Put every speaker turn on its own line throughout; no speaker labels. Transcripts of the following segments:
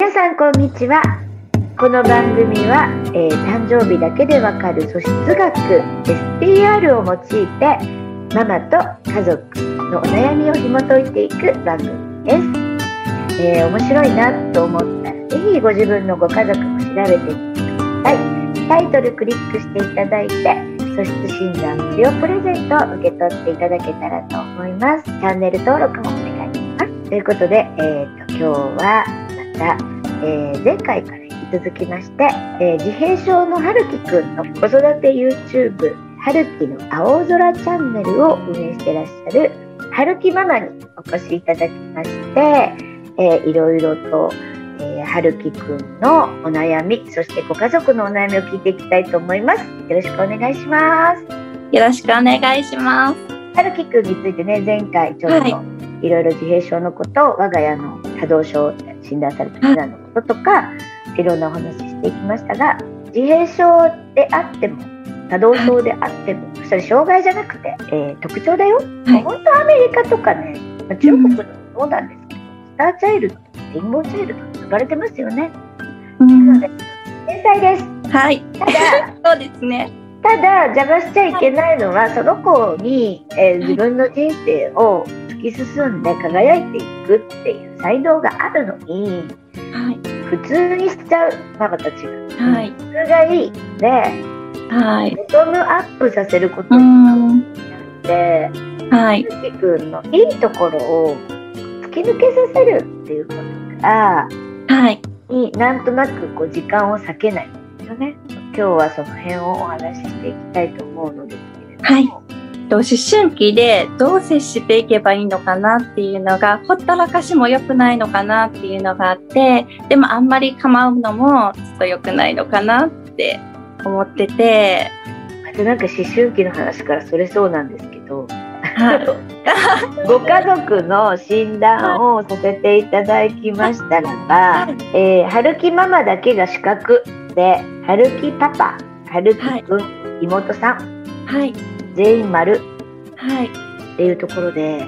皆さんこんにちはこの番組は、えー誕生日だけでわかる素質学 SPR を用いてママと家族のお悩みを紐解いていく番組です、えー面白いなと思ったらぜひご自分のご家族も調べてみてくださいタイトルクリックしていただいて素質診断無料プレゼントを受け取っていただけたらと思いますチャンネル登録もお願いしますということで、えー、と今日はまたえー前回から引き続きまして、えー自閉症のはるきくんの子育て YouTube はるきの青空チャンネルを運営してらっしゃるはるきママにお越しいただきまして、えーいろいろと、えーはるきくんのお悩みそしてご家族のお悩みを聞いていきたいと思いますよろしくお願いします
よろしくお願いします。
はるきくんについてね前回ちょっと、いろいろ自閉症のことを我が家の多動症って診断された避難のこととかいろんなお話ししていきましたが自閉症であっても多動症であってもそれ障害じゃなくて、えー特徴だよ、
はい
本当アメリカとかね、まあ、中国でもそうなんですけど、スターチャイルドレインボーチャイルドって呼ばれてますよね天才です
はい、
ただ
そうですね。
ただ邪魔しちゃいけないのは、その子に、えー自分の人生を突き進んで輝いていくっていう才能があるのに
は
普通にしちゃうママたちが
い、はい、
普通がいいで
はい。
ボトムアップさせること
う
に
ん、
なって
はい、
ゆきくんのいいところを突き抜けさせるっていうことから
はい、
になんとなくこう時間を割けないんですよね今日はその辺をお話ししていきたいと思うのですけれども。
はいと思春期でどう接していけばいいのかなっていうのが、ほったらかしも良くないのかなっていうのがあって、でもあんまり構うのもちょっと良くないのかなって思ってて、
あとなんか思春期の話からそれそうなんですけど、
はい、
ご家族の診断をさせていただきましたらば、えー、はるきママだけが資格で、はるきパパ、はるきくん、妹さん、
はい、
全員丸
はい、
っていうところで、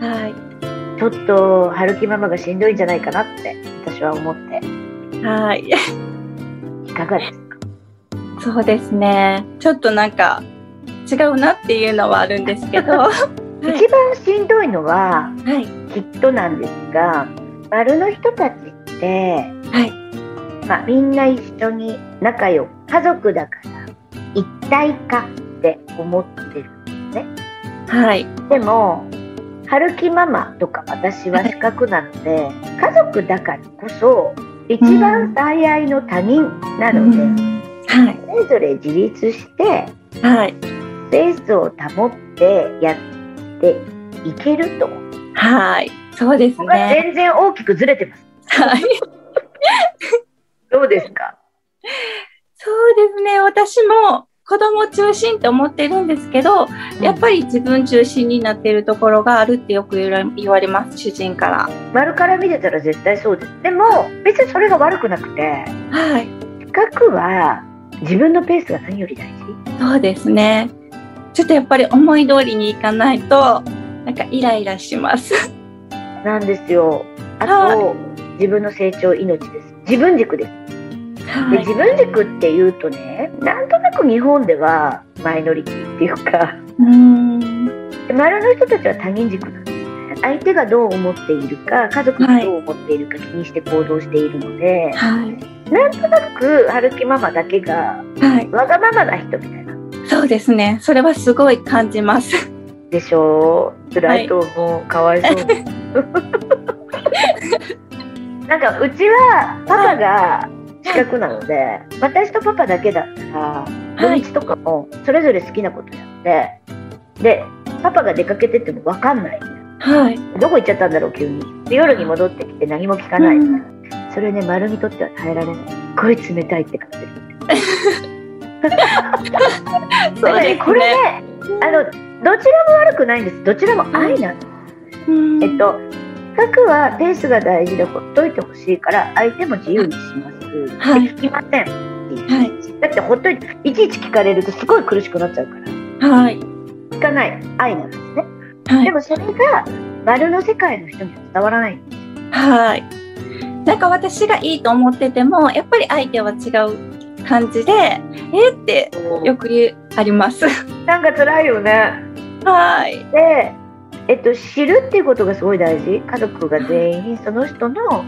はい。
ちょっとはるきママがしんどいんじゃないかなって私は思って、
はい
いかがですか
そうですね。ちょっとなんか違うなっていうのはあるんですけど。 は
一番しんどいのは、
い。はい。
きっとなんですが、丸の人たちって、
はい。
まあ、みんな一緒に仲良く家族だから一体化って思ってる
はい。
でも春樹ママとか私は資格なので家族だからこそ一番最愛の他人なので、
はい。
それぞれ自立して
はい。
スペースを保ってやっていけると、
はい。そうです
ここが
ね。
全然大きくずれてます
はい。
どうですか
そうですね。私も子供中心と思ってるんですけど、やっぱり自分中心になってるところがあるってよく言われ言われます、主人から。
丸から見てたら絶対そうですでも別にそれが悪くなくて
はい。
比較は自分のペースが何より大事
そうですね。ちょっとやっぱり思い通りにいかないと、なんかイライラします。
なんですよあと、
は
自分の成長命です自分軸です、
は
で自分軸っていうとねなんとなく日本ではマイノリティっていうか
うーん。
で丸の人たちは他人軸なんですね相手がどう思っているか家族がどう思っているか気にして行動しているので、
はい。
なんとなく春樹ママだけが
はい。
わがままな人みたいな
そうですね。それはすごい感じます。
でしょう辛いと思う、かわい そうになんかうちはパパが近くなので、私とパパだけだったら
は
土
い。
日とかもそれぞれ好きなことやってでパパが出かけてっても分かんない
はい。
どこ行っちゃったんだろう急にで夜に戻ってきて何も聞かない、
うん
それね丸にとっては耐えられないすっごい冷たいって感じる
そうですね
これねあのどちらも悪くないんですどちらも愛なんです、
うん
えっと核はペースが大事でほっといてほしいから相手も自由にします、
はい
で聞きません、
はい。
だってほっといていちいち聞かれるとすごい苦しくなっちゃうから
はい。
聞かない愛なんですね、
は
で
い。
もそれが丸の世界の人には伝わらない
はい。なんか私がいいと思っててもやっぱり相手は違う感じでえーってよく言うあります
なんか辛いよね。
はい
で、えっと、知るっていうことがすごい大事。家族が全員その人の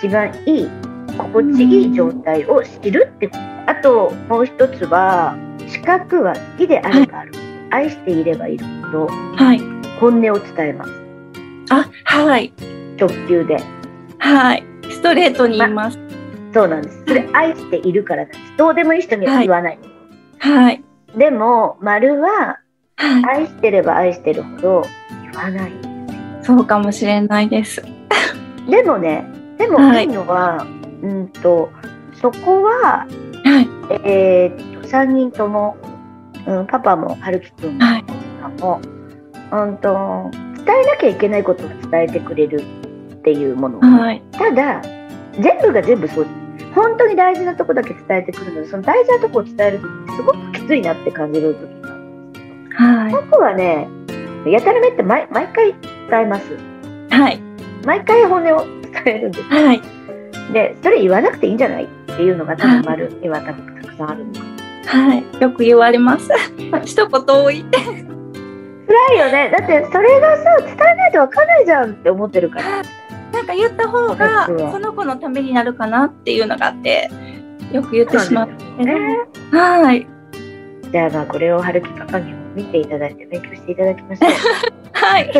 一番いい、心地いい状態を知るってこと。あと、もう一つは、資格は好きであればある。愛していればいるほど、
はい
本音を伝えます。
あはい
直球で。
はいストレートに言います、
そうなんです。それ、愛しているからなんです。どうでもいい人には言わない。
はい
でも、丸は、
はい
愛してれば愛してるほど言わない。
そうかもしれないです
でもね、でも
は
い
い
いのは、うんと、そこは、
はい
えーっと、3人とも、うん、パパも、はるきくん
はい
も、うんと、伝えなきゃいけないことを伝えてくれるっていうもの。
はい
ただ、全部が全部そう本当に大事なとこだけ伝えてくるので、その大事なとこを伝えるのってすごくきついなって感じる時がある。
は
僕はね、やたらめって毎毎回伝えます。
いはい
毎回本音を伝えるんです。
はい
でそれ言わなくていいんじゃないっていうのが多分丸には多分たくさんあるの
はいよく言われます 一言多い って
辛いよねだってそれがさ伝えないと分かんないじゃんって思ってるから
なんか言った方が
そうです
この子のためになるかなっていうのがあってよく言ってしまう
ね
はい
じゃあまあこれを春樹パパにも見ていただいて勉強していただきましょ う
はい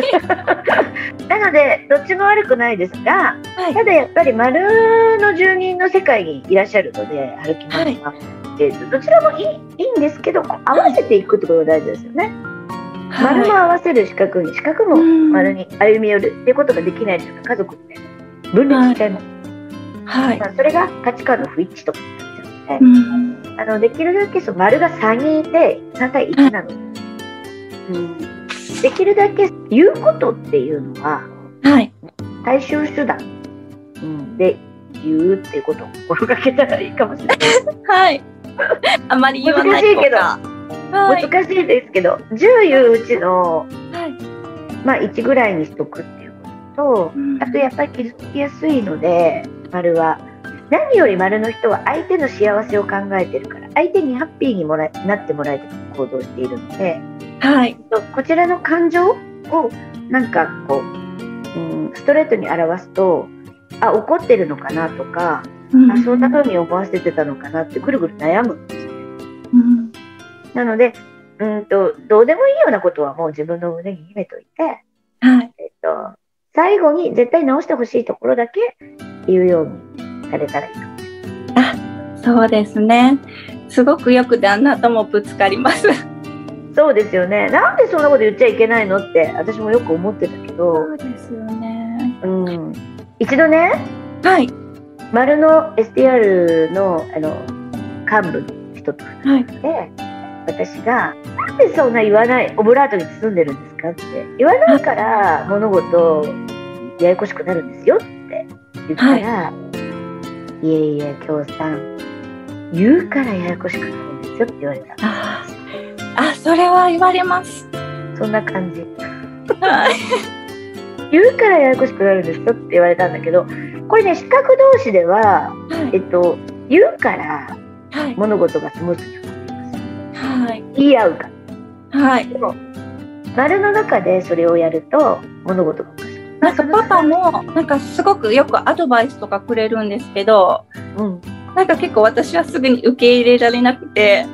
なのでどっちも悪くないですが
はい
ただやっぱり丸の住人の世界にいらっしゃるので春樹ママは、えーとどちらもいいいいんですけどこう合わせていくってことが大事ですよね、 丸も合わせる資格に資格も丸に歩み寄るっていうことができないというか家族って分裂しちゃいます
はい
まあそれが価値観の不一致とかになっちゃうので、
うん
あのできるだけその丸が3人いて3対1なの、うん、できるだけ言うことっていうのは
はい
最終手段うんで言うっていうことを心がけたらいいかもしれない
はい あまり言わない
難しいけど
はい
難しいですけど10言ううちの、
はい
まあ、1ぐらいにしとくっていうこととあとやっぱり傷つきやすいので丸は何より丸の人は相手の幸せを考えてるから相手にハッピーにもらえなってもらえて行動しているので
はい
こちらの感情をなんかこう、うん、ストレートに表すとあ怒ってるのかなとか、あそんな風に思わせてたのかなってぐるぐる悩むんですね
うん
なのでうんとどうでもいいようなことはもう自分の胸に秘めといて。
はい
えっと、最後に絶対直してほしいところだけ言うようにされたらいいかも
そうですねすごくよく旦那ともぶつかります
そうですよねなんでそんなこと言っちゃいけないのって私もよく思ってたけど、
うですよね
うん、一度ね
はい
丸の STR のあの幹部の人と
は
話
い
して、私が「なんでそんな言わないオブラートに包んでるんですか?」って「言わないから物事ややこしくなるんですよ」って言ったら「い、えいえ京さん言うからややこしくなるんですよ」って言われた
ああそれは言われます
そんな感じ
はい
言うからややこしくなるんですよって言われたんだけどこれね視覚同士では
はい
えっと言うから
はい
物事がスムーズに運びます
はい
言い合うから。
はい
でも丸の中でそれをやると物事がおかしくな
な
る
んかパパもなんかすごくよくアドバイスとかくれるんですけど
うん、
なんか結構私はすぐに受け入れられなくて、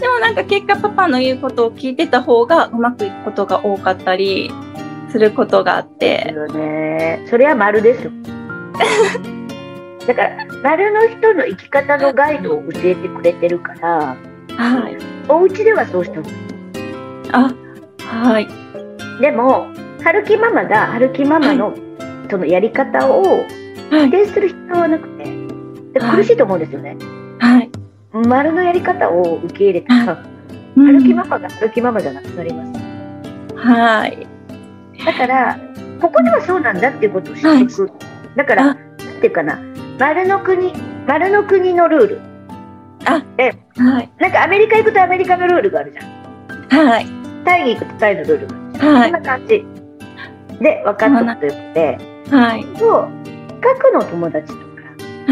でもなんか結果パパの言うことを聞いてた方がうまくいくことが多かったりすることがあっ
だ
て、
よねそれは丸ですよだから丸の人の生き方のガイドを教えてくれてるから
はい。
お家ではそうした方がい
あ、はい。
いでも春樹ママが春樹ママのそのやり方を
は
否
い。
定する必要はなくてで
はい
苦しいと思うんですよね
はい。
丸のやり方を受け入れたら
うん
春樹ママが春樹ママじゃなくなります
はい。
だからここではそうなんだっていうことを知っていく、だからな
あ
んていうかな丸の国丸の国のルール
はい。
なんかアメリカ行くとアメリカのルールがあるじゃん
はい。
タイに行くとタイのルールがあるじゃん、
は
そん
い。
な感じで分かっとくということで
はい。
そう学の友達とか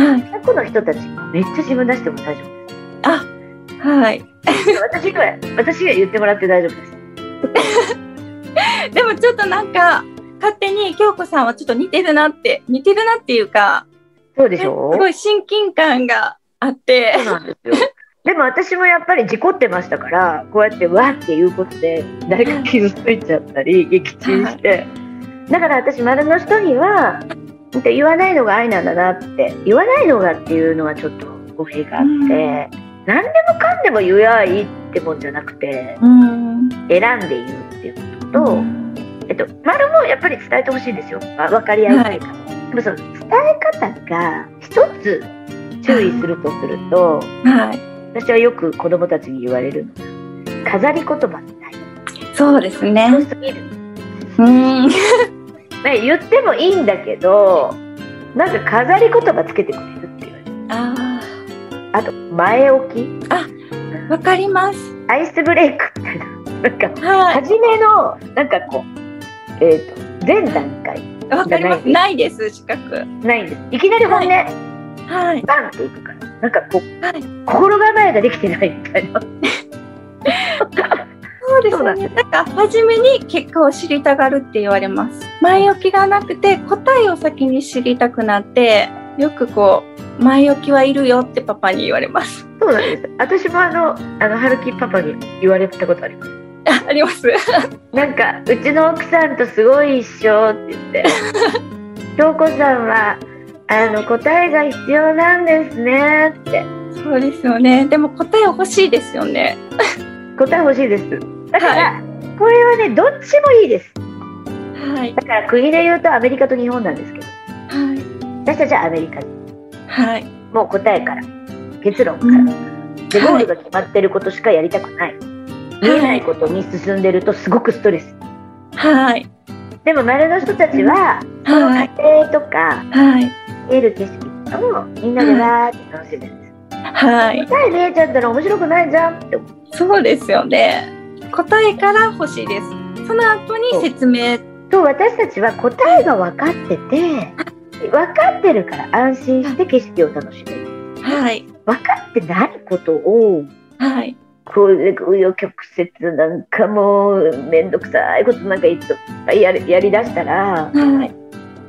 はい。
学の人たちめっちゃ自分出しても大丈夫
はい。
です私が私が言ってもらって大丈夫です
でもちょっとなんか、勝手に京子さんはちょっと似てるなって、似てるなっていうか、
そうでし
す
ょ
ごい親近感があって、
そうなんですよ。でも私もやっぱり事故ってましたからこうやってわーっていうことで誰か傷ついちゃったり撃沈してだから私丸の人には本当言わないのが愛なんだなって言わないのがっていうのはちょっと語弊があって、
うん
何でもかんでも言えばいいってもんじゃなくて
うん。
選んで言うっていうことと、えっと、丸もやっぱり伝えてほしいんですよ分かり合うというか、でもその伝え方が一つ注意するとすると。
はい。
私はよく子供たちに言われるのが飾り言葉ってない
そうです
強
ね。
すぎる、
う
ね、
ん。
言ってもいいんだけどなんか飾り言葉つけてくれるって言われる
あ
あと前置き
あ、わかります。
アイスブレイクみたいななんか
は
初めのなんかこうえっ、と前段階
い。わかります。ないです、資格。
ないんですいきなり本音、
はい。
バンっていくからなんかこう
はい。
心構えができてないみたいな
そうで
そ
す
うなん
ね。なんか初めに結果を知りたがるって言われます。前置きがなくて答えを先に知りたくなって、よくこう前置きはいるよってパパに言われます。
そうなんです私もあのあの春樹パパに言われたことあります
ああります。
なんかうちの奥さんとすごい一緒って言って 京子さんはあの答えが必要なんですねって
そうですよね。でも答え欲しいですよね。
答え欲しいですだから、これはねどっちもいいです
はい
だから国で言うとアメリカと日本なんですけど
はい
私たちはアメリカ
はい。
もう答えから結論か
う
ら、
ん
でゴールが決まってることしかやりたくない、見えないことに進んでるとすごくストレス
はい
でも丸の人たちは、その
はい
家庭とか
はい
見える景色とかもみんなでわーって楽しんでる
はい。
答え見えちゃったら面白くないじゃんって思う
そうですよね。答えから欲しいです。その後に説明。
と私たちは答えが分かってて分かってるから安心して景色を楽しめる
はい
分かってないことを
はい
こういう紆余曲折なんかもう面倒くさいことなんかいっぱいやりやりだしたら
はい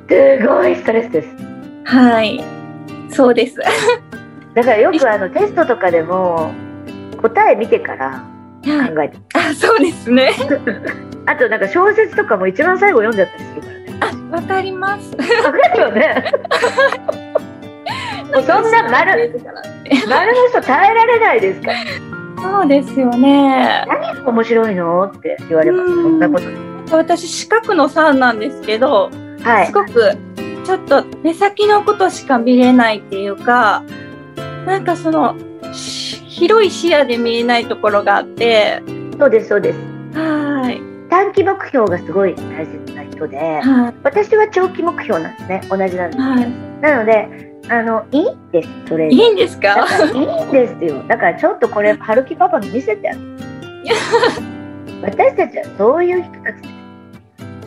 すごいストレスです
はい。そうです。
だからよくあのテストとかでも答え見てから
はい。
考えて
あ、そうですね。
あとなんか小説とかも一番最後読んじゃったりするからね
わかります。
わかるよねもうそんな丸周りの人耐えられないですから
そうですよね。
何が面白いのって言われます
うん
そんなこと
私四角の3なんですけど、
はい
すごくちょっと目先のことしか見れないっていうか、なんかそのし広い視野で見えないところがあって、
そうですそうです
はい
短期目標がすごい大切な人で
は
私は長期目標なんですね同じなんです
いは
なのであのいいんですそれ
い。い
で
いんです
だ
か？
からいいんですよだからちょっとこれ春樹パパに見せてあげ る
いや
私たちはそういう人た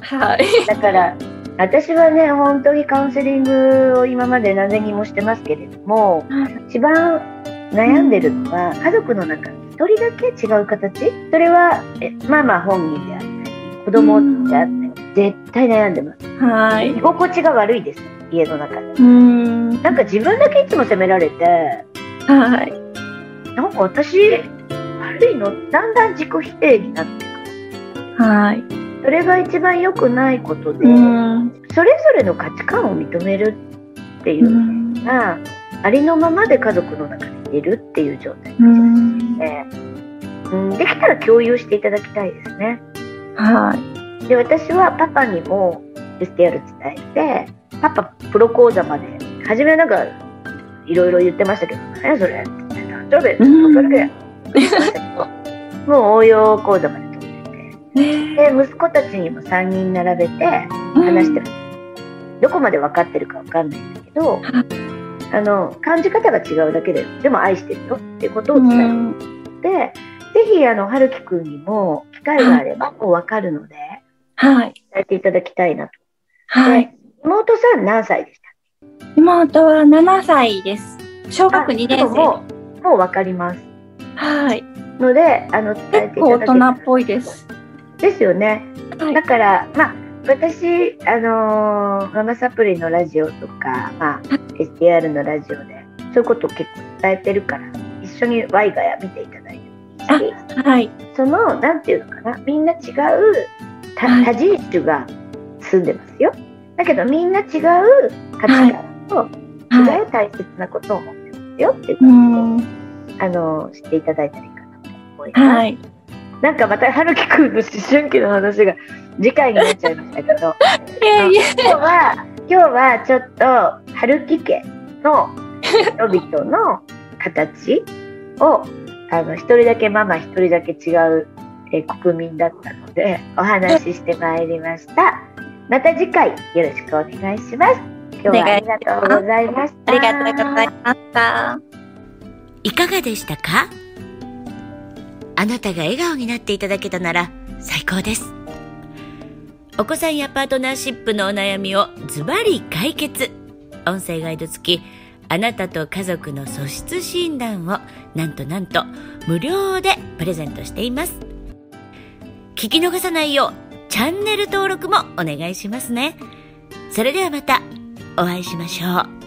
ち
はい
だから私はね本当にカウンセリングを今まで何千人もしてますけれども一番悩んでるのは、家族の中に一人だけ違う形それはえまあまあ本人であったり子供であったり絶対悩んでます
はい。
居心地が悪いです家の中で
うーん
なんか自分だけいつも責められて
はい
なんか私悪いのだんだん自己否定になって
はい。
それが一番良くないことで、
うーん
それぞれの価値観を認めるっていううんのが、ありのままで家族の中にいるっていう状態
うーん
えーうん、できたら共有していただきたいですね。
はい
で私はパパにも STR 伝えてパパプロ講座まで初めはなんかいろいろ言ってましたけどねそれって言って誕生日
うん
それでもう応用講座まで取ってて
ね
で息子たちにも3人並べて話してる、どこまで分かってるか分かんないんだけどあの感じ方が違うだけででも愛してるよっていうことを
う
伝えて
ん
で、ぜひあの春樹くんにも機会があればもうわかるので
は
伝
い。
えていただきたいなと。
はい。
で妹さん何歳でし
妹は7歳です。小
あ
学2年
でも
生。
もうもう分かります
はい。
のであの伝え
結
ていただ
構大
け
人っぽいです。
ですよね
はい
だ。から、まあ、私、あのーママサプリのラジオとか、まあ、STR のラジオで、そういうことを結構伝えてるから、一緒にワイガヤ見ていただいてもいいし、
はい。
その、なんていうのかな、みんな違うた
はい
多人種が住んでますよ。だけど、みんな違う価値観と、
はい。
違う大切なことを持ってますよっていう
う
感
ん。
じで、あのーしていただいたらいいかなと思います。
はい。
なんかまた、春樹くんの思春期の話が次回になっちゃいましたけど、
いえいえ。
今日は今日はちょっと春木家の人々の形をあの一人だけママ一人だけ違う、えー国民だったのでお話ししてまいりましたまた次回よろしくお願いします今日はありがとうございました
ありがとうございました。
いかがでしたかあなたが笑顔になっていただけたなら最高です。お子さんやパートナーシップのお悩みをズバリ解決。音声ガイド付き、あなたと家族の素質診断をなんとなんと無料でプレゼントしています。聞き逃さないようチャンネル登録もお願いしますね。それではまたお会いしましょう。